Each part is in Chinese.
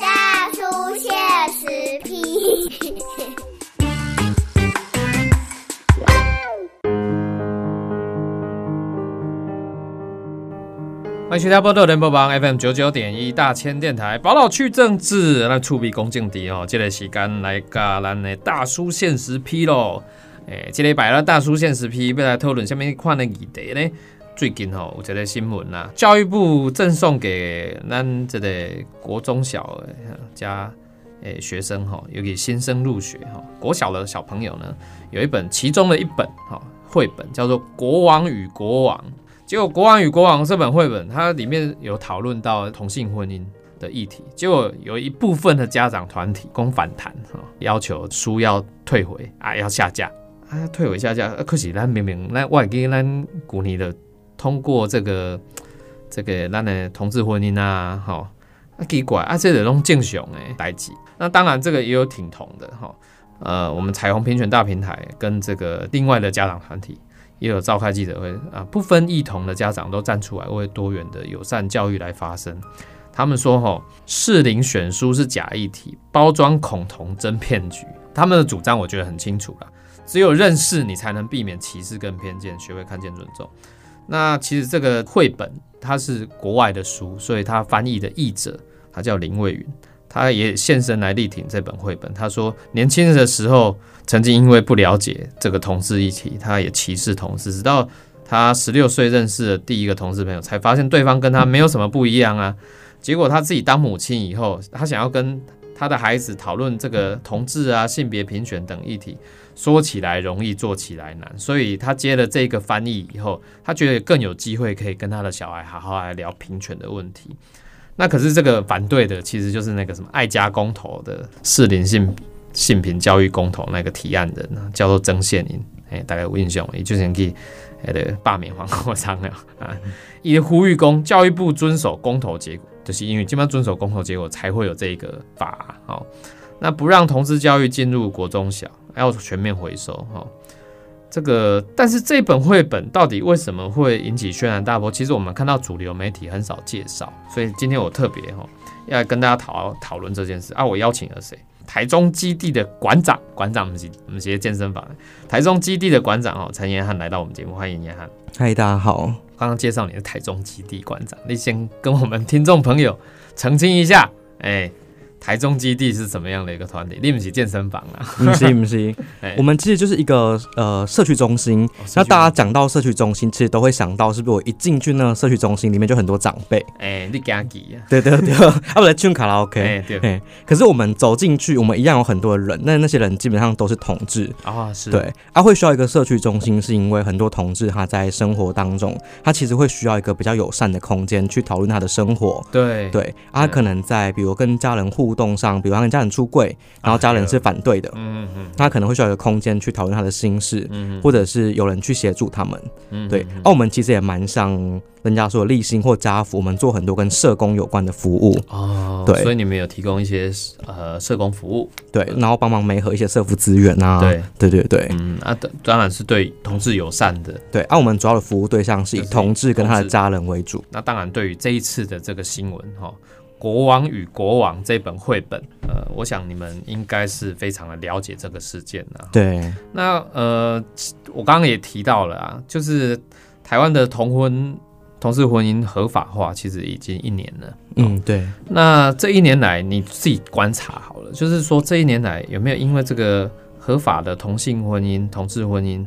大叔现实批。欢迎收听波特联播网 FM 九九点一大千电台，宝老去政治，咱触笔公正敌哦。这个时间来甲咱的大叔限时批咯。诶、这礼拜咱大叔限时批要来讨论什么款的议题呢？最近吼、有一个新闻啦，教育部赠送给咱这个国中小的加诶、学生吼、尤其新生入学吼、国小的小朋友呢，有一本其中的一本哈、绘本叫做《国王与国王》。结果《国王与国王》这本绘本，它里面有讨论到同性婚姻的议题，结果有一部分的家长团体公反弹哈、要求书要退回啊，要下架啊，退回下架。啊、可是咱明明咱我给咱古尼的通过这个这个咱的同志婚姻啊，吼、啊奇怪啊，这个拢正常诶代志。那当然这个也有挺同的哈、呃，我们彩虹平权大平台跟这个另外的家长团体也有召开记者会啊，不分异同的家长都站出来为多元的友善教育来发声。他们说、吼，适龄选书是假议题，包装恐同真骗局。他们的主张我觉得很清楚了，只有认识你才能避免歧视跟偏见，学会看见尊重。那其实这个绘本它是国外的书，所以它翻译的译者他叫林蔚云，他也现身来力挺这本绘本。他说，年轻的时候曾经因为不了解这个同志议题，他也歧视同志，直到他十六岁认识的第一个同志朋友，才发现对方跟他没有什么不一样啊。结果他自己当母亲以后，他想要跟他的孩子讨论这个同志啊、性别平权等议题，说起来容易，做起来难。所以他接了这个翻译以后，他觉得更有机会可以跟他的小孩好好来聊平权的问题。那可是这个反对的，其实就是那个什么爱家公投的适龄性性平教育公投那个提案人啊呢，叫做曾宪英。哎、大概有印象，伊之前去迄个罢免黄国昌了啊。伊呼吁公教育部遵守公投结果，就是因为基本上遵守公投结果才会有这个法哦。那不让同志教育进入国中小，要全面回收哈、哦。这个，但是这本绘本到底为什么会引起轩然大波？其实我们看到主流媒体很少介绍，所以今天我特别哈、哦、要来跟大家讨讨论这件事啊。我邀请了谁？台中基地的馆长，馆长我们是我们是健身房的，台中基地的馆长哦，陈延汉来到我们节目，欢迎延汉。嗨，大家 好。刚刚介绍你的台中基地馆长，你先跟我们听众朋友澄清一下，哎、台中基地是怎么样的一个团体？你们是健身房啊？不嗯是不是哎，我们其实就是一个呃社区中心。那大家讲到社区中心，其实都会想到是不是我一进去那个社区中心里面就很多长辈？哎、你给他记啊？ 对对对，啊不来去卡拉哎、 OK。对，嘿可是我们走进去，我们一样有很多的人，那那些人基本上都是同志。啊、是，对，啊会需要一个社区中心，是因为很多同志他在生活当中，他其实会需要一个比较友善的空间去讨论他的生活，对对，啊，他嗯可能在比如跟家人互动上，比如他跟家人出柜，然后家人是反对的，啊嗯嗯他可能会需要一个空间去讨论他的心事，嗯或者是有人去协助他们。嗯，对，啊，我们其实也蛮像人家说的立新或家福，我们做很多跟社工有关的服务，哦，对所以你们有提供一些呃社工服务，对，然后帮忙媒合一些社服资源啊，嗯对，对对对嗯啊，当当然是对同志友善的。对，啊，我们主要的服务对象是以就是以同志跟他同的志家人为主，那当然，对于这一次的这个新闻哈，《国王与国王》这本绘本，呃，我想你们应该是非常的了解这个事件啊。对，那呃，其我刚刚也提到了啊，就是台湾的同婚、同事婚姻合法化，其实已经一年了。嗯，对，那这一年来，你自己观察好了，就是说这一年来有没有因为这个合法的同性婚姻、同志婚姻，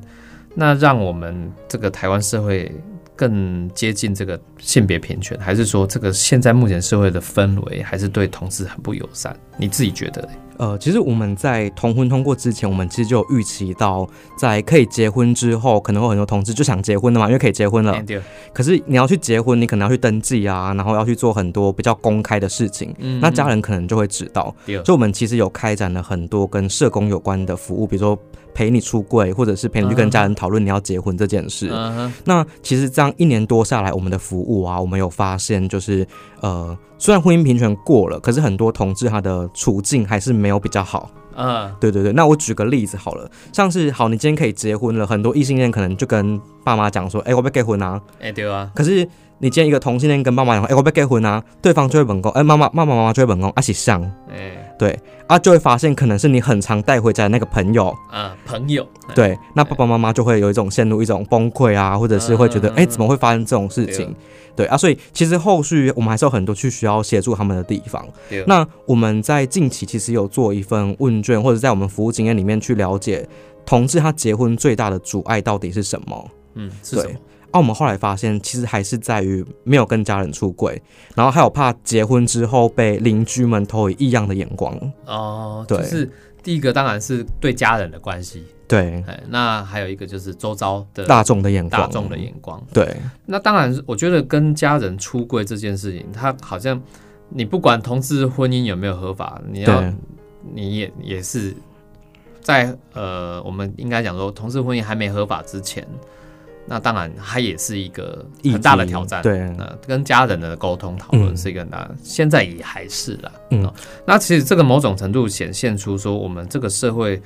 那让我们这个台湾社会更接近这个性别平权，还是说这个现在目前社会的氛围还是对同志很不友善？你自己觉得嘞？呃，其实我们在同婚通过之前，我们其实就有预期到，在可以结婚之后，可能会有很多同志就想结婚了嘛，因为可以结婚了。对，可是你要去结婚，你可能要去登记啊，然后要去做很多比较公开的事情，嗯那家人可能就会知道。对所以我们其实有开展了很多跟社工有关的服务，比如说陪你出柜，或者是陪你去跟家人讨论你要结婚这件事。嗯哼那其实这样一年多下来，我们的服务啊，我们有发现就是，呃，虽然婚姻平权过了，可是很多同志他的处境还是没有比较好。嗯对对对，那我举个例子好了，像是好，你今天可以结婚了，很多异性恋可能就跟爸妈讲说，哎、我被结婚啊，哎、对啊，可是你今天一个同性恋跟爸妈讲，哎、我要结婚啊，对方就会本宫，哎、妈妈妈妈妈妈就会本宫，啊，是上哎对啊，就会发现可能是你很常带回家的那个朋友，啊，朋友，哎，对，那爸爸妈妈就会有一种陷入一种崩溃啊，或者是会觉得嗯嗯嗯哎、诶怎么会发生这种事情？对啊，所以其实后续我们还是有很多去需要协助他们的地方对。啊那我们在近期其实有做一份问卷，或者在我们服务经验里面去了解同志他结婚最大的阻碍到底是什么。嗯，是什么？啊，我们后来发现，其实还是在于没有跟家人出柜，然后还有怕结婚之后被邻居们投以异样的眼光。哦，对就是第一个当然是对家人的关系，对，哎，那还有一个就是周遭的大众的眼光，呃大众的眼光。对，那当然，我觉得跟家人出柜这件事情，他好像你不管同志婚姻有没有合法，你要对你也也是在呃，我们应该讲说，同志婚姻还没合法之前，那当然它也是一个议很大的题挑战。对，呃，跟家人的沟通讨论嗯是一个很大的，现在也还是啦。嗯哦那其实这个某种程度显现出说，我们这个社会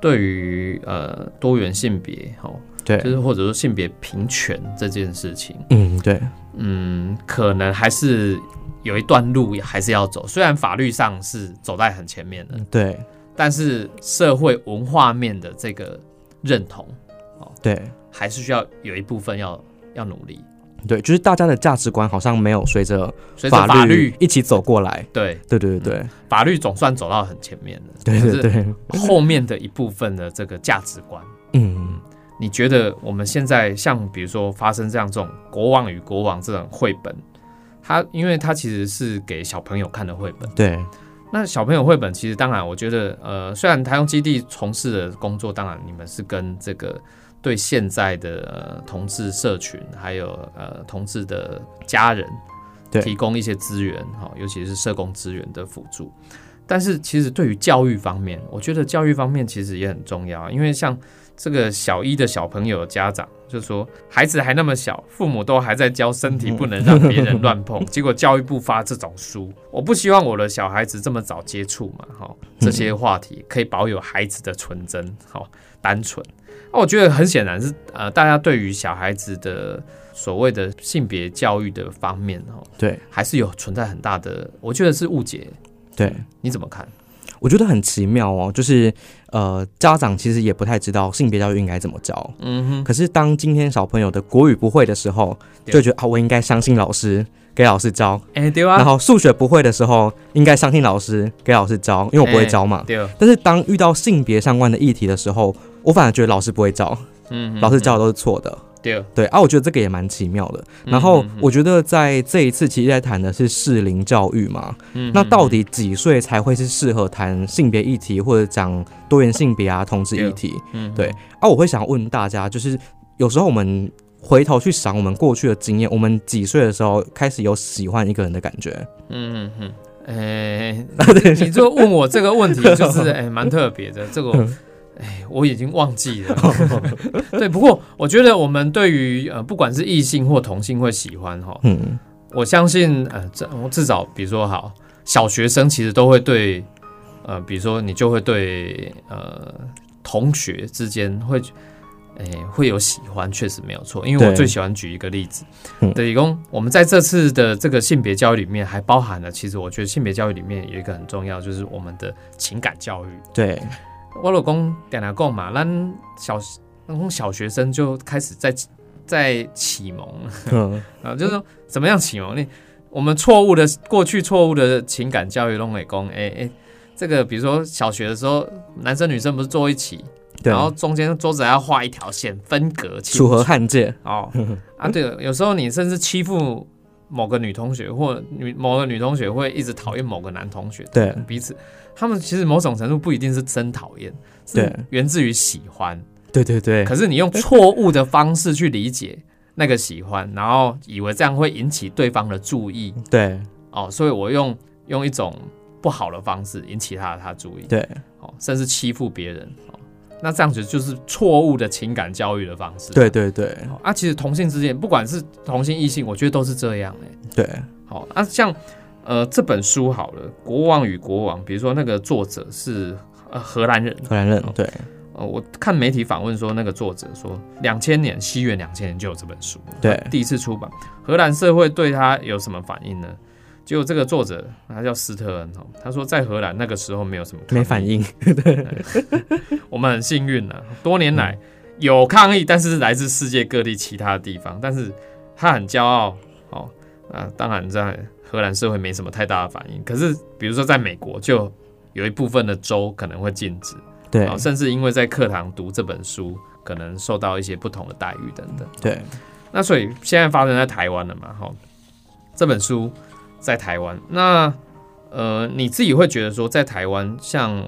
对于呃多元性别，哦，就对，是或者说性别平权这件事情，嗯，对，嗯，可能还是有一段路还是要走。虽然法律上是走在很前面的，对，但是社会文化面的这个认同，对，还是需要有一部分要要努力。对，就是大家的价值观好像没有随着随着法律，一起走过来。对对对对法律总算走到很前面了，对对对可对，嗯是后面的一部分的这个价值观，嗯，你觉得我们现在像比如说发生这样这种《国王与国王》这种绘本，它因为它其实是给小朋友看的绘本。对，那小朋友绘本其实当然，我觉得呃，虽然台中基地从事的工作，当然你们是跟这个对现在的、呃、同志社群，还有呃同志的家人，对提供一些资源哈、哦，尤其是社工资源的辅助。但是其实对于教育方面，我觉得教育方面其实也很重要啊，因为像这个小一的小朋友的家长就说，孩子还那么小，父母都还在教身体不能让别人乱碰，结果教育部发这种书，我不希望我的小孩子这么早接触嘛，哈、这些话题可以保有孩子的纯真，好、单纯。那我觉得很显然是呃，大家对于小孩子的所谓的性别教育的方面，哈、对还是有存在很大的，我觉得是误解。对。你怎么看？我觉得很奇妙哦，就是呃，家长其实也不太知道性别教育应该怎么教。嗯可是当今天小朋友的国语不会的时候，对就觉得啊，我应该相信老师，给老师教；哼，哎、对然啊，后数学不会的时候，应该相信老师，给老师教，因为我哎不会教嘛。对，但是当遇到性别相关的议题的时候，我反而觉得老师不会教，嗯哼老师教的都是错的。对，对啊，我觉得这个也蛮奇妙的。嗯然后我觉得在这一次其实在谈的是适龄教育嘛，嗯那到底几岁才会是适合谈性别议题或者讲多元性别啊、同志议题？嗯对啊，我会想问大家，就是有时候我们回头去想我们过去的经验，我们几岁的时候开始有喜欢一个人的感觉？嗯嗯嗯， 哎、你就问我这个问题，就是 哎，蛮、特别的。这个我，哎，我已经忘记了。 对，不过我觉得我们对于呃，不管是异性或同性会喜欢哈，嗯，我相信呃，这至少比如说好，小学生其实都会对呃，比如说你就会对呃同学之间会。哎、会有喜欢，确实没有错。因为我对最喜欢举一个例子嗯，对，一共我们在这次的这个性别教育里面，还包含了，其实我觉得性别教育里面有一个很重要，就是我们的情感教育。 对我老公点来讲嘛，咱小咱讲小学生就开始在在启蒙了嗯，啊，就是说怎么样启蒙你？我们错误的过去错误的情感教育弄美工，哎、哎、这个比如说小学的时候，男生女生不是坐一起，对然，后中间桌子还要画一条线分隔清楚河汉界，哦啊，对了，有时候你甚至欺负某个女同学或女某个女同学会一直讨厌某个男同学，对彼此他们其实某种程度不一定是真讨厌，是对源自于喜欢，对对对可是你用错误的方式去理解那个喜欢，然后以为这样会引起对方的注意对哦，所以我用用一种不好的方式引起他的他注意，对哦，甚至欺负别人哦，那这样子就是错误的情感教育的方式，对对对哦啊，其实同性之间，不管是同性异性，我觉得都是这样哎、对，好啊，像呃这本书好了，《国王与国王》，比如说那个作者是呃荷兰人，荷兰人对，呃，我看媒体访问说，那个作者说，两千年西元两千年就有这本书，对第一次出版，荷兰社会对他有什么反应呢？结果这个作者他叫斯特恩哦，他说在荷兰那个时候没有什么抗议没反，应，我们很幸运啊，多嗯年来有抗议，但是来自世界各地其他的地方，但是他很骄傲哦，啊，当然在荷兰社会没什么太大的反应，可是比如说在美国就有一部分的州可能会禁止，对哦，甚至因为在课堂读这本书，可能受到一些不同的待遇等等。对那所以现在发生在台湾了嘛？哈，这本书在台湾，那呃，你自己会觉得说，在台湾，像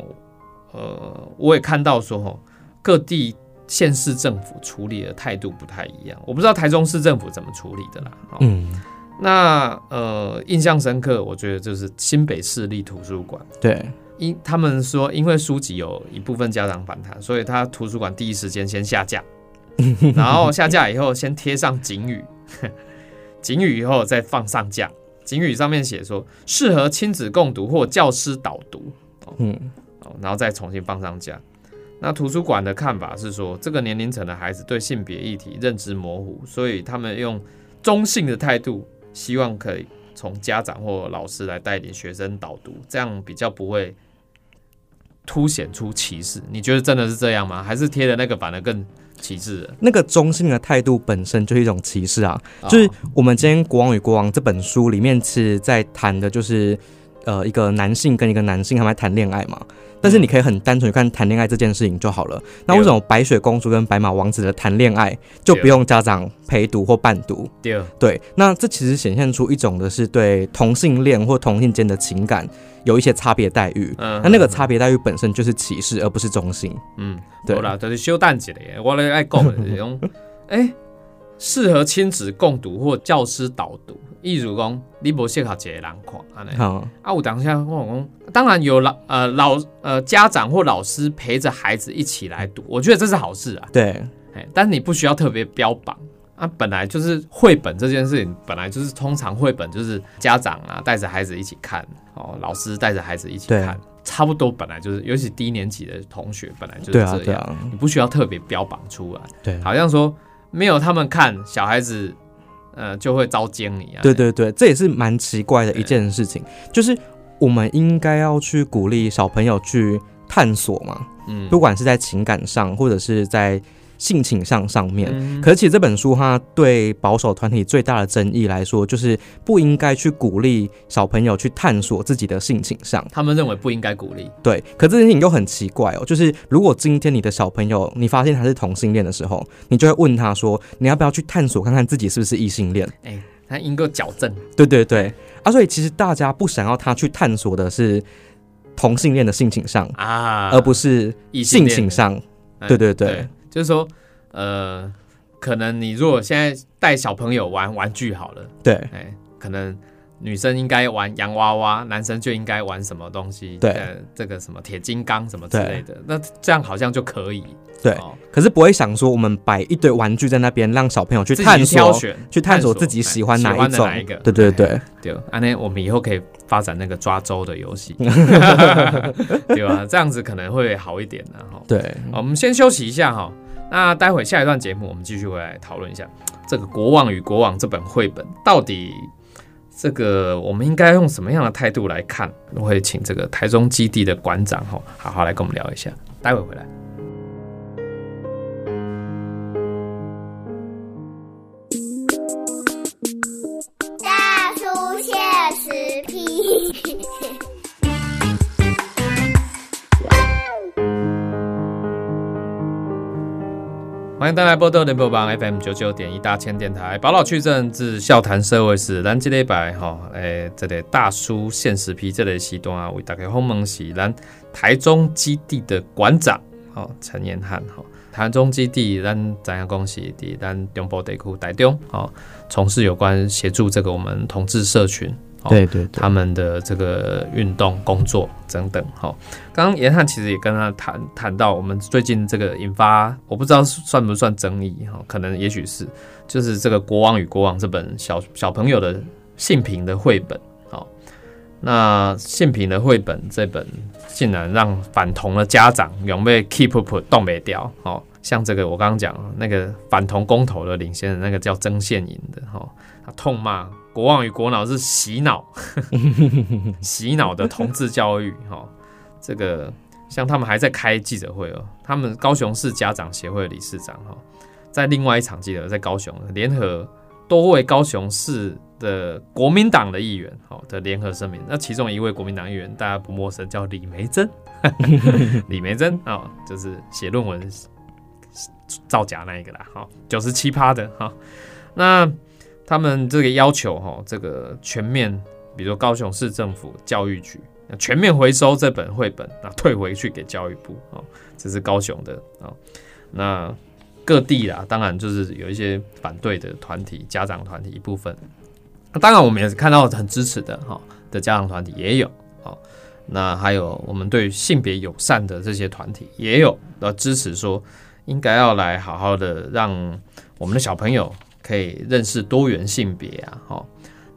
呃，我也看到说，哈，各地县市政府处理的态度不太一样。我不知道台中市政府怎么处理的啦。齁嗯那呃，印象深刻，我觉得就是新北市立图书馆。对因他们说，因为书籍有一部分家长反弹，所以他图书馆第一时间先下架，然后下架以后先贴上警语， 警语以后再放上架。警语上面写说适合亲子共读或教师导读嗯哦，然后再重新放上架。那图书馆的看法是说，这个年龄层的孩子对性别议题认知模糊，所以他们用中性的态度，希望可以从家长或老师来带领学生导读，这样比较不会凸显出歧视。你觉得真的是这样吗？还是贴的那个反而更歧视人？那个中性的态度本身就是一种歧视啊，就是哦我们今天《国王与国王》这本书里面是在谈的，就是呃一个男性跟一个男性他们在谈恋爱嘛。但是你可以很单纯地看谈恋爱这件事情就好了。那为什么白雪公主跟白马王子的谈恋爱就不用家长陪读或伴读？第二，对，那这其实显现出一种的是对同性恋或同性间的情感有一些差别待遇。嗯那那个差别待遇本身就是歧视，而不是中性。嗯，对对啦，就是修蛋姐嘞，我咧爱讲的是 讲，哎、适合亲子共读或教师导读，意思讲你无适合一个人看安尼。好，啊，我当下我讲，当然有老呃老呃家长或老师陪着孩子一起来读，我觉得这是好事啊。对哎，但是你不需要特别标榜啊，本来就是绘本这件事情，本来就是通常绘本就是家长啊带着孩子一起看，哦，老师带着孩子一起对看，差不多本来就是，尤其低年级的同学本来就是这对样，啊对啊你不需要特别标榜出来，对啊好像说没有他们看小孩子，呃，就会遭奸一样。对对对，这也是蛮奇怪的一件事情，就是我们应该要去鼓励小朋友去探索嘛，嗯，不管是在情感上或者是在性倾向上面。嗯可是其实这本书它对保守团体最大的争议来说，就是不应该去鼓励小朋友去探索自己的性倾向。他们认为不应该鼓励。对，可这件事情又很奇怪哦，就是如果今天你的小朋友你发现他是同性恋的时候，你就会问他说，你要不要去探索看看自己是不是异性恋？哎、他应该矫正。对对对，啊，所以其实大家不想要他去探索的是同性恋的性倾向，啊，而不是异性性哎恋倾的，向。嗯对对对就是说，呃，可能你如果现在带小朋友玩玩具好了，对哎、可能女生应该玩洋娃娃，男生就应该玩什么东西，对呃，这个什么铁金刚什么之类的，那这样好像就可以，对哦、可是不会想说我们摆一堆玩具在那边，让小朋友去自己探挑索。选，去探索探索自己喜欢哪哎喜欢的种，哪一个对对对，对，安内我们以后可以发展那个抓周的游戏，对吧、这样子可能会好一点呢、哈。对，好，我们先休息一下哈。那待会下一段节目，我们继续回来讨论一下这个《国王与国王》这本绘本到底这个我们应该用什么样的态度来看？我会请这个台中基地的馆长哈，好好来跟我们聊一下。待会回来。 大叔现实批。欢迎大家波到联播网 FM 九九点一大千电台，宝老趣政治笑谈社会史，咱这礼拜吼，诶、这个大叔现实批这个时段啊，为大家访问是咱台中基地的馆长吼陈彦汉吼。台中基地，咱知影讲是伫咱中部地区台中吼，从事有关协助这个我们同志社群好对对对，他们的这个运动、工作等等。哈，刚刚严汉其实也跟他谈谈到，我们最近这个引发，我不知道算不算争议哈，可能也许是，就是这个《国王与国王》这本小小朋友的性平的绘本。好，那性平的绘本这本竟然让反同的家长永被 keep up 动没掉哦。像这个我刚刚讲那个反同公投的领先人，那个叫曾宪颖的哦，他痛骂国王与国脑是洗脑，洗脑的同志教育 哦。这个像他们还在开记者会哦，他们高雄市家长协会的理事长哦，在另外一场记者会在高雄联合多位高雄市的国民党的议员哦的联合声明，那其中一位国民党议员大家不陌生，叫李梅珍， 李梅珍啊、哦，就是写论文造假那一个啦，哈、哦，九十七趴的哈、那他们这个要求哈、这个全面，比如说高雄市政府教育局全面回收这本绘本，那退回去给教育部哦，这是高雄的哦，那各地啦，当然就是有一些反对的团体、家长团体一部分。那当然，我们也是看到很支持的哈、的家长团体也有哦。那还有我们对性别友善的这些团体也有呃支持说，应该要来好好的让我们的小朋友可以认识多元性别啊，哦。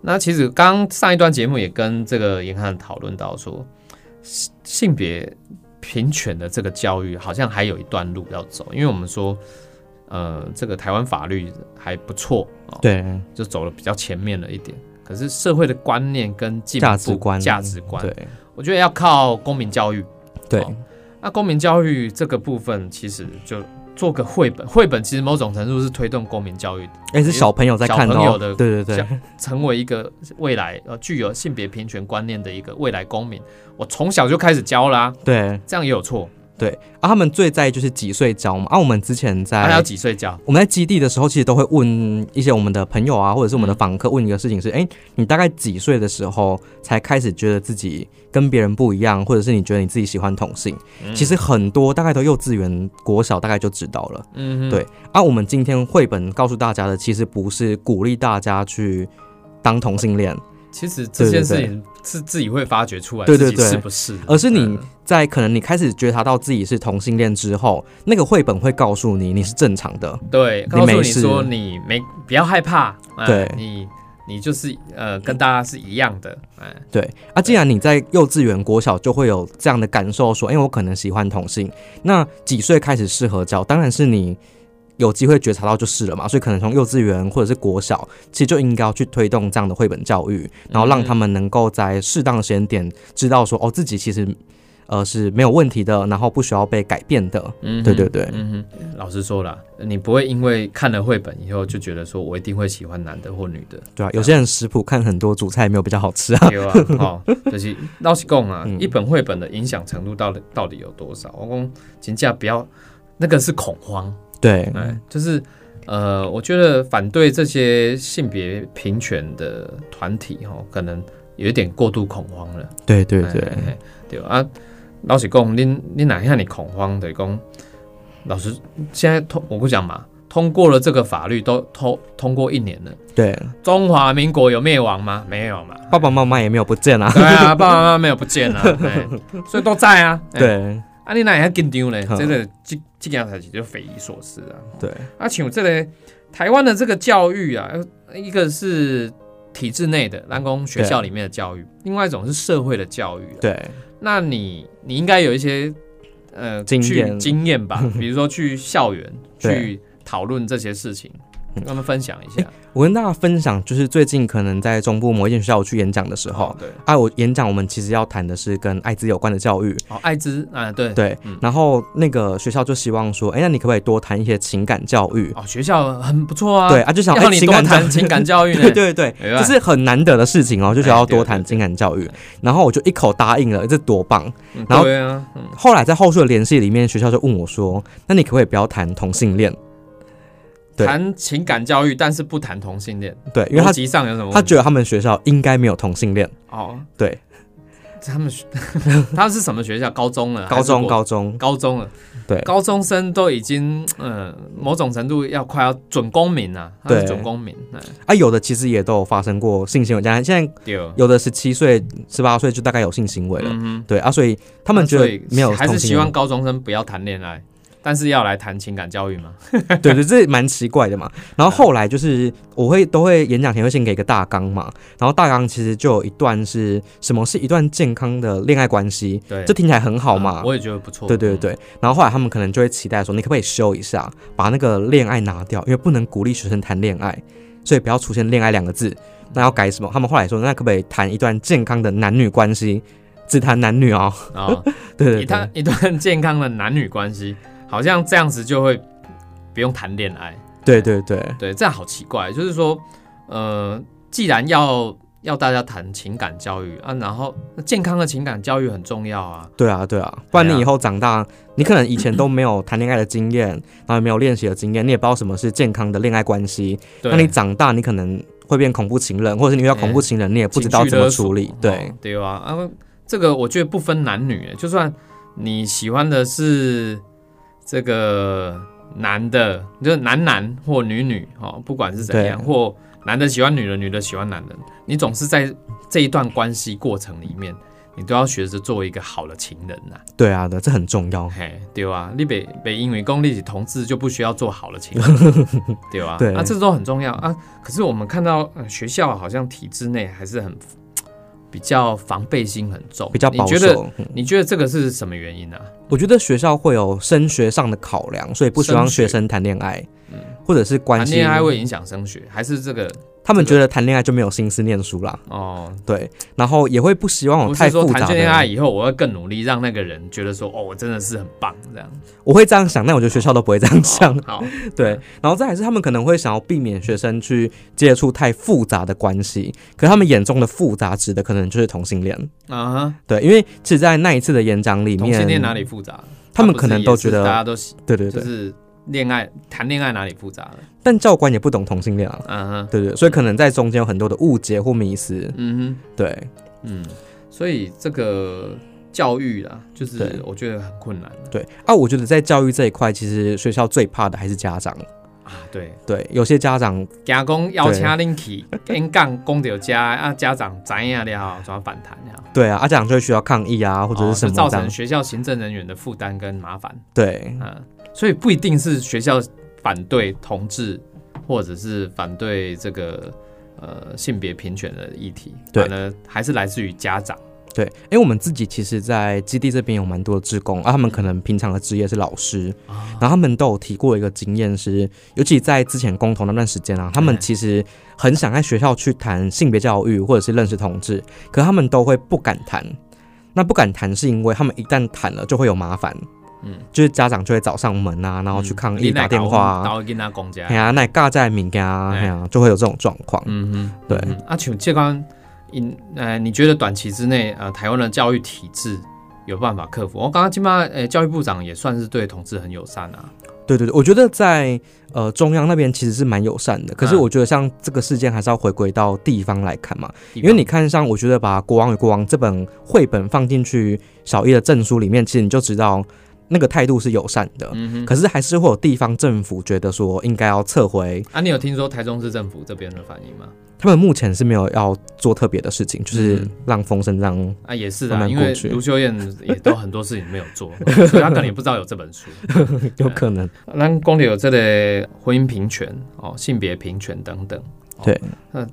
那其实刚上一段节目也跟这个银行讨论到说，性性别平权的这个教育好像还有一段路要走，因为我们说，呃，这个台湾法律还不错哦，对就走了比较前面了一点。可是社会的观念跟进步价值观价值观，对我觉得要靠公民教育。对哦那公民教育这个部分，其实就做个绘本，绘本其实某种程度是推动公民教育哎、是小朋友在看小朋友到，的对对对像，成为一个未来呃具有性别平权观念的一个未来公民。我从小就开始教啦、对这样也有错。对。啊，他们最在意就是几岁教嘛？啊，我们之前在、他要几岁教？我们在基地的时候，其实都会问一些我们的朋友啊，或者是我们的嗯访客，问一个事情是：哎、你大概几岁的时候才开始觉得自己跟别人不一样，或者是你觉得你自己喜欢同性？嗯其实很多大概都幼稚园、国小大概就知道了。嗯哼，对啊，我们今天绘本告诉大家的，其实不是鼓励大家去当同性恋，其实这件事对对对情是自己会发掘出来对自对己对是不是的，而是你嗯在可能你开始觉察到自己是同性恋之后，那个绘本会告诉你你是正常的。对，你告诉没你事说你没不要害怕，哎对你你就是呃跟大家是一样的，哎，对啊，既然你在幼稚园、国小就会有这样的感受，说，哎、我可能喜欢同性，那几岁开始适合教？当然是你有机会觉察到就是了嘛。所以可能从幼稚园或者是国小，其实就应该要去推动这样的绘本教育，然后让嗯他们能够在适当的时间点知道说，哦，自己其实呃是没有问题的，然后不需要被改变的。嗯哼对对对嗯哼，老实说了，你不会因为看了绘本以后就觉得说我一定会喜欢男的或女 的，对啊，有些人食谱看很多主菜没有比较好吃啊。对啊，吼、就是老实讲啊，嗯一本绘本的影响程度到底到底有多少？我讲请假不要，那个是恐慌，对，哎、就是呃，我觉得反对这些性别平权的团体哈、吼可能有一点过度恐慌了。对对哎对，哎哎对啊，老实讲，恁恁哪下你恐慌的讲，老实现在通我跟你讲嘛，通过了这个法律都通通过一年了，对，中华民国有灭亡吗？没有嘛。爸爸妈妈也没有不见啊。对啊，爸爸妈妈没有不见啊，哎所以都在啊。哎，对啊你哪会紧张呢？嗯真的这这件事情就匪夷所思啊。对，啊，请这个台湾的这个教育啊，呃一个是体制内的，南工学校里面的教育，另外一种是社会的教育、啊。对那你你应该有一些呃经去验经验 吧，比如说去校园对嗯去讨论这些事情，跟他们分享一下。我跟大家分享，就是最近可能在中部某一间学校我去演讲的时候，对，啊，我演讲我们其实要谈的是跟艾滋有关的教育，哦，艾滋啊，对，对，嗯然后那个学校就希望说，哎、那你可不可以多谈一些情感教育？哦，学校很不错啊，对，啊，就想要哎你情多感教谈情感教育呢。 对对对，没办这法是很难得的事情哦，就学校哎要对多对谈对情感教育对，然后我就一口答应了，这多棒！嗯然后对啊，嗯后来在后续的联系里面，学校就问我说，那你可不可以不要谈同性恋？对谈情感教育，但是不谈同性恋，对，因为逻他辑上有什么问题？他觉得他们学校应该没有同性恋，哦，对，他们学 他们是什么学校？高中了，高还中是国高中，高中了，对高中生都已经呃某种程度要快要准公民了，他是对准公民，哎啊，有的其实也都有发生过性行为，现在对，有的十七岁、十八岁就大概有性行为了，嗯哼，对啊，所以他们觉所得以没有还同是性希恋望高中生不要谈恋爱，但是要来谈情感教育吗？ 对对，这蛮奇怪的嘛。然后后来就是我会都会演讲前会先给一个大纲嘛，然后大纲其实就有一段是什么是一段健康的恋爱关系，对，这听起来很好嘛。啊我也觉得不错。对对对，然后后来他们可能就会期待说，你可不可以修一下，把那个恋爱拿掉，因为不能鼓励学生谈恋爱，所以不要出现恋爱两个字。那要改什么？他们后来说，那可不可以谈一段健康的男女关系？只谈男女哦，嗯啊，对 对一段对，一段健康的男女关系，好像这样子就会不用谈恋爱。对对对，对，这样好奇怪。就是说，呃，既然要要大家谈情感教育啊，然后健康的情感教育很重要啊。对啊对啊，不然哎你呀以后长大，你可能以前都没有谈恋爱的经验，然后也没有练习的经验，你也不知道什么是健康的恋爱关系。对，那你长大，你可能会变恐怖情人，或者是你遇到恐怖情人，你也不情知道绪怎么勒索处理哦。对，对吧？啊，这个我觉得不分男女，欸就算你喜欢的是这个男的，就是男男或女女哦，不管是怎样，对或男的喜欢女的，女的喜欢男的，你总是在这一段关系过程里面，你都要学着做一个好的情人呐、对啊的，这很重要。嘿，对吧？你北北因为公立同志就不需要做好的情 人，对吧？对啊，这都很重要啊。可是我们看到、呃学校好像体制内还是很比较防备心很重，比较保你觉得守。嗯你觉得这个是什么原因呢、啊？我觉得学校会有升学上的考量，所以不希望学生谈恋爱，或者是关嗯谈系恋爱会影响升学，还是这个他们觉得谈恋爱就没有心思念书啦。哦？对，然后也会不希望有不哦太是说复杂谈恋爱的。以后我要更努力，让那个人觉得说哦，我真的是很棒这 样。我会这样想，但我觉得学校都不会这样想哦。好，对，然后再来是他们可能会想要避免学生去接触太复杂的关系，可他们眼中的复杂指的可能就是同性恋。啊哈，对，因为其实，在那一次的演讲里面，同性恋哪里？复杂？他们不是可能也都是觉得大家都喜对对就对，是恋爱谈恋爱哪里复杂了？但教官也不懂同性恋啊。嗯哼，对对，所以可能在中间有很多的误解或迷思。嗯对，哼，嗯，所以这个教育啦，就是对我觉得很困难对啊，我觉得在教育这一块，其实学校最怕的还是家长。啊。对，对，有些家长假公邀请恁去，因讲讲到家啊，家长知影了，怎么反弹了？对啊，啊家长就会需要抗议啊，或者是什哦就么造这样。成学校行政人员的负担跟麻烦对啊，所以不一定是学校反对同志，或者是反对这个呃性别平权的议题，对反而还是来自于家长。对，因为我们自己其实，在基地这边有蛮多的志工啊，他们可能平常的职业是老师，啊然后他们都有提过一个经验是，尤其在之前公投那段时间啊，他们嗯其实很想在学校去谈性别教育或者是认识同志，可他们都会不敢谈。那不敢谈是因为他们一旦谈了就会有麻烦，嗯嗯，就是家长就会找上门啊，然后去抗议、打电话啊，到嗯跟他讲家哎。呀，那尬在民间啊，哎哎呀，就会有这种状况。嗯哼，对嗯哼啊，请这关，因呃，你觉得短期之内，呃，台湾的教育体制有办法克服？我刚刚起码，呃，教育部长也算是对同志很友善啊。对对对，我觉得在呃中央那边其实是蛮友善的，可是嗯我觉得像这个事件还是要回归到地方来看嘛，地因为方你看像我觉得把《国王与国王》这本绘本放进去小一的证书里面，其实你就知道那个态度是友善的，嗯哼，可是还是会有地方政府觉得说应该要撤回，啊，你有听说台中市政府这边的反应吗？他们目前是没有要做特别的事情，就是嗯让风声让啊，也是慢啊，慢因为过去卢秀燕也都很多事情没有 做，所以她可能也不知道有这本书。有 可哦能咱讲有这个婚姻平权哦，性别平权等等，哦、对，那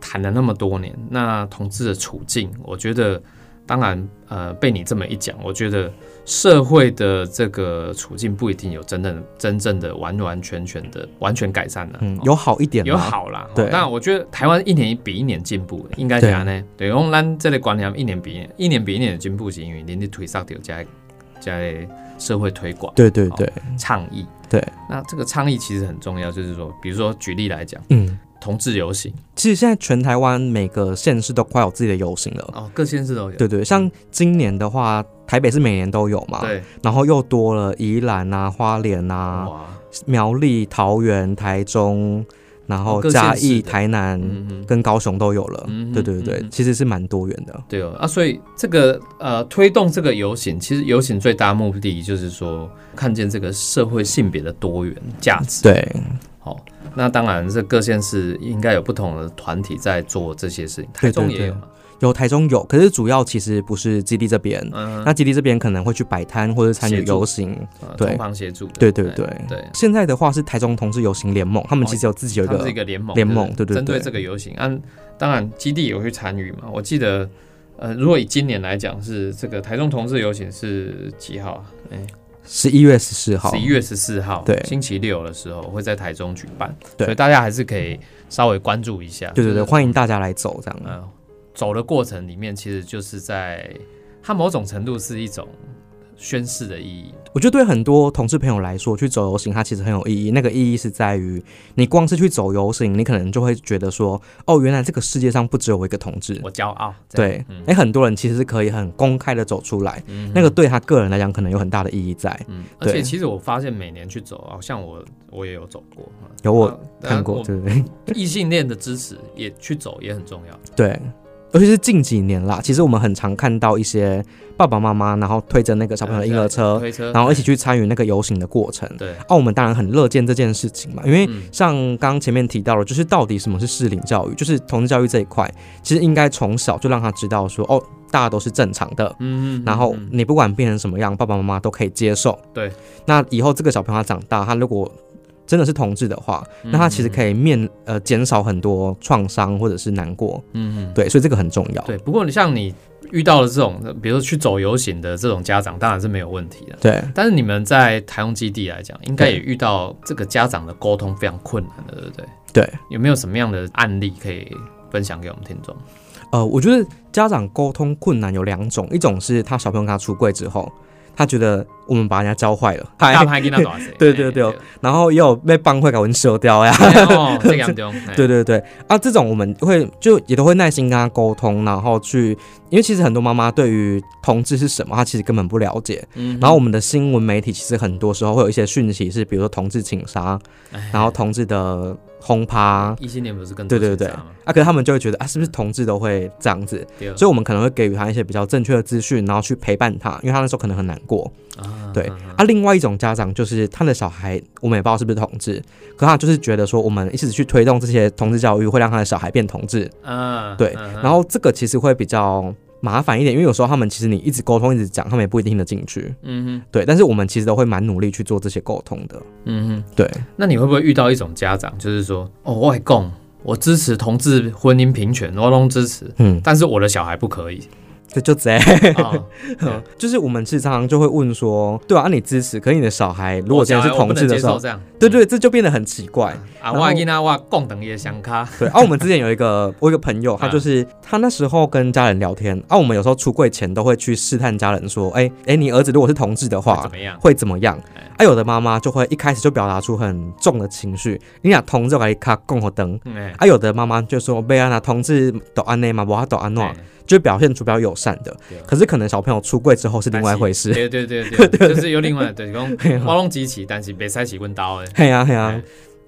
谈了那么多年，那同志的处境，我觉得当然呃，被你这么一讲，我觉得社会的这个处境不一定有真正真正的完完全全的完全改善了、嗯哦有好一点有啦，好啦，对对，但我觉得台湾一年比一年进步，应该是安呢。对，用咱这类观念，一年比一年，一年比一年的进步，是因为您的推上掉加加社会推广对对对，倡议。对，那这个倡议其实很重要，就是说，比如说举例来讲，嗯。同志游行其实现在全台湾每个县市都快有自己的游行了。哦，各县市都有，对对，像今年的话，台北是每年都有嘛，嗯对，然后又多了宜兰啊、花莲啊、哇，苗栗、桃园、台中，然哦后各嘉县市义、的台南、嗯嗯，跟高雄都有了。嗯哼对对对，嗯哼其实是蛮多元的。对哦，啊，所以这个呃，推动这个游行，其实游行最大目的就是说，看见这个社会性别的多元价值。对好，那当然，这各县市应该有不同的团体在做这些事情，台中对对也有嘛。有台中有，可是主要其实不是基地这边。嗯，那基地这边可能会去摆摊或者参协与助游行，呃对同行协助的，哎对对对对，现在的话是台中同志游行联盟，他们其实有自己有一哦他们是个一个联盟，联盟就是对对针对对这个游行，按当然基地也有去参与嘛。我记得，呃，如果以今年来讲，是这个台中同志游行是几号啊？十一月十四号十，一月十四号，对星期六的时候会在台中举办，对所以大家还是可以稍微关注一下。对对对，就是欢迎大家来走这样。呃，走的过程里面，其实就是在它某种程度是一种宣誓的意义。我觉得对很多同事朋友来说，去走游行它其实很有意义。那个意义是在于，你光是去走游行，你可能就会觉得说，哦，原来这个世界上不只有我一个同志。我骄傲。这样，对，哎、很多人其实是可以很公开的走出来，嗯那个对他个人来讲可能有很大的意义在。嗯，而且对其实我发现每年去走，好像我我也有走过，有我那看过，啊我对不对？异性恋的支持也去走也很 重要。对，尤其是近几年啦，其实我们很常看到一些爸爸妈妈，然后推着那个小朋友的婴儿车，啊推车，然后一起去参与那个游行的过程。对，哦，我们当然很乐见这件事情嘛，因为嗯像刚刚前面提到了，就是到底什么是适龄教育，就是同志教育这一块，其实应该从小就让他知道说，哦，大家都是正常的，嗯，嗯然后嗯你不管变成什么样，爸爸妈妈都可以接受。对，那以后这个小朋友他长大，他如果真的是同志的话，嗯那他其实可以面呃减少很多创伤或者是难过。嗯，嗯对，所以这个很重要。对。不过你像你遇到了这种，比如说去走游行的这种家长，当然是没有问题的。对但是你们在台中基地来讲，应该对也遇到这个家长的沟通非常困难的，对不对？对，有没有什么样的案例可以分享给我们听众？呃，我觉得家长沟通困难有两种，一种是他小朋友跟他出柜之后，他觉得我们把人家教坏了，嗨大牌给他多少岁？ 对对对哦然后也有被帮会搞人收掉呀。哎哦，这个严重。哎 对对对啊，这种我们会就也都会耐心跟他沟通，然后去，因为其实很多妈妈对于同志是什么，她其实根本不了解。嗯然后我们的新闻媒体其实很多时候会有一些讯息是，比如说同志请杀，然后同志的轰趴，哎异性恋不是更多对对对自杀啊吗，可是他们就会觉得啊，是不是同志都会这样子？对哦所以我们可能会给予他一些比较正确的资讯，然后去陪伴他，因为他那时候可能很难过。啊对嗯嗯啊，另外一种家长就是他的小孩，我们也不知道是不是同志，可他就是觉得说，我们一直去推动这些同志教育，会让他的小孩变同志。啊对，嗯嗯然后这个其实会比较麻烦一点，因为有时候他们其实你一直沟通一直讲，他们也不一定听得进去。嗯哼对，但是我们其实都会蛮努力去做这些沟通的。嗯哼，对，那你会不会遇到一种家长，就是说，哦，外公，我支持同志婚姻平权，我都支持，嗯，但是我的小孩不可以这 就贼，啊？就是我们是常常就会问说，对啊，啊你支持，可是你的小孩 如果我今小天孩是哦我不同志能的接时受候，这样，对对，这就变得很奇怪。啊，后我跟他我共等也相卡，对，啊，我们之前有一个，我有一个朋友，他嗯就是他那时候跟家人聊天，啊，我们有时候出柜前都会去试探家人说，哎、哎、你儿子如果是同志的会 怎话么样？会怎么样哎？啊，有的妈妈就会一开始就表达出很重的情绪，你俩同志来卡共和灯。嗯哎啊，有的妈妈就说被安娜同志都安内嘛，我他都安诺，哎就表现出比较友善的对啊。可是可能小朋友出柜之后是另外一回事。对对对对，就是有另外的对，讲我拢支持，但是别使起问 刀的。 嘿啊呀嘿呀哎，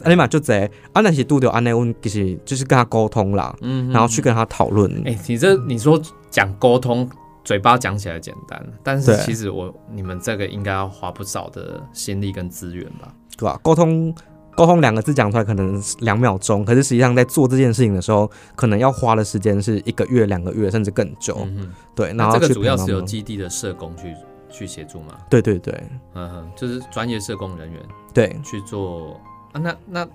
安尼嘛就这，啊，但是拄着安内，我们其实就是跟他沟通啦，嗯然后去跟他讨论。哎、你这你说讲沟通，嘴巴讲起来简单，但是对其实我你们这个应该要花不少的心力跟资源吧？对吧、沟通沟通两个字讲出来可能是两秒钟，可是实际上在做这件事情的时候，可能要花的时间是一个月、两个月，甚至更久。嗯哼，对，然那后这去个主要陪是妈妈由基地的社工去去协助嘛？对对对嗯哼，就是专业社工人员对，去做啊。那那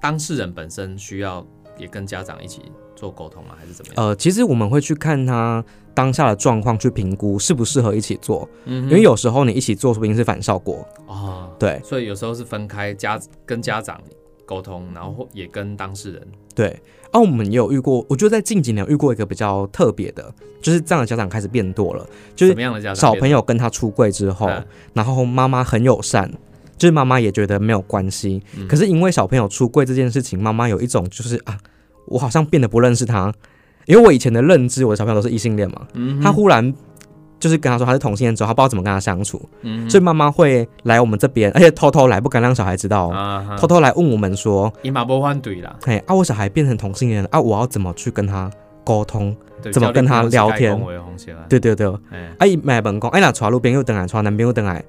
当事人本身需要也跟家长一起做沟通吗？还是怎么样？呃，其实我们会去看他当下的状况，去评估适不适合一起做，嗯因为有时候你一起做，说不定是反效果。啊、哦，对所以有时候是分开家跟家长沟通，然后或也跟当事人。对。啊，我们也有遇过，我觉得在近几年有遇过一个比较特别的，就是这样的家长开始变多了，就什是么样的家长？小朋友跟他出柜之后，嗯然后妈妈很友善，就是妈妈也觉得没有关系。嗯可是因为小朋友出柜这件事情，妈妈有一种就是啊，我好像变得不认识他，因为我以前的认知，我的小朋友都是异性恋嘛，嗯哼，他忽然。就是跟他说他是同性恋之后，他不知道怎么跟他相处，嗯哼所以妈妈会来我们这边，而且偷偷来，不敢让小孩知道、哦，啊哈偷偷来问我们说，伊嘛无反对啦，哎、啊，我小孩变成同性恋了啊，我要怎么去跟他沟通？对怎么跟他聊天教你讲话方式啊，对对对，啊，哎，伊买问讲，哎、那娶女朋友等来，娶男朋友等来，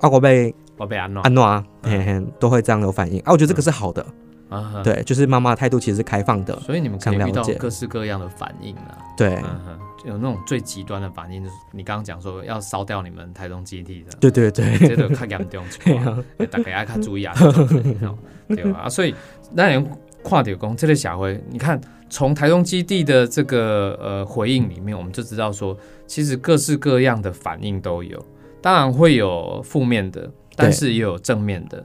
啊，我被我被安怎？安诺啊，嗯嘿嘿，都会这样有反应啊。我觉得这个是好的，啊，，对，就是妈妈的态度其实是开放的，所以你们可以想遇了到解各式各样的反应啊。对，嗯哼，有那种最极端的反应，就是你刚刚讲说要烧掉你们台中基地的，对对 对，这个较严重一对点，啊，欸大家要较注意啊，这种事情哦对吧？啊，所以那人看到讲这个社会，你看从台中基地的这个呃回应里面，我们就知道说，其实各式各样的反应都有，当然会有负面的，但是也有正面的。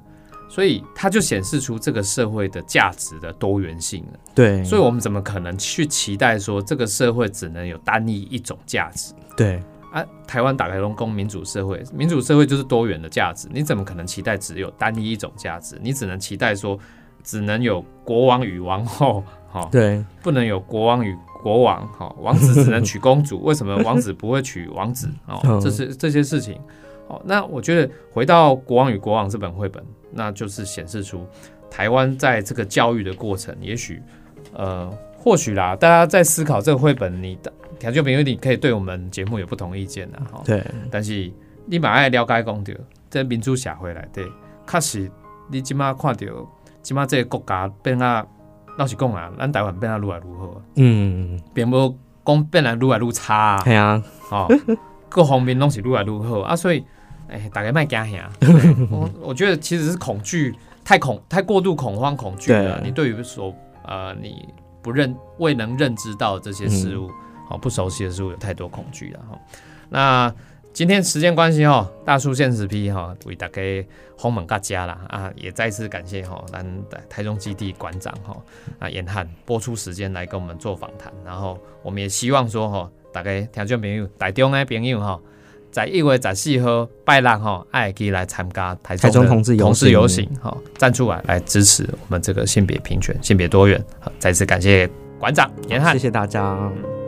所以它就显示出这个社会的价值的多元性了。 对，所以我们怎么可能去期待说这个社会只能有单一一种价值对啊？台湾打开龙工民主社会，民主社会就是多元的价值，你怎么可能期待只有单一一种价值？你只能期待说，只能有国王与王后，哈、对不能有国王与国王，哈、王子只能娶公主，为什么王子不会娶王子？哦嗯，这是这些事情。哦，那我觉得回到《国王与国王》这本绘本，那就是显示出台湾在这个教育的过程，也许，呃，或许啦，大家在思考这个绘本，你的条件朋友，你可以对我们节目有不同意见啊哦啦，哈、对但是你嘛爱了解讲着，在民主社会内底，确实你即马看到即马这个国家变啊，老实讲啊，咱台湾变啊愈来愈好，嗯，并无讲变啊愈来愈差啊，哎呀，吼、各方面拢是愈来愈好啊，所以哎、大家莫惊吓。对我我觉得其实是恐惧太恐太过度恐慌恐惧了，对你对于所呃你不认未能认知到这些事物，好、不熟悉的事物有太多恐惧了哈、那今天时间关系哈、大树现实批哈、为大家鸿蒙大家啦啊，也再次感谢哈、咱台台中基地馆长哈、啊严汉播出时间来跟我们做访谈，然后我们也希望说哈、大家听众朋友、台中的朋友哈、在一月十四号拜六吼，爱可以来参加台中台中的同志游行同志游行哈，站出来来支持我们这个性别平权、性别多元。好，再次感谢馆长严汉谢。谢大家，嗯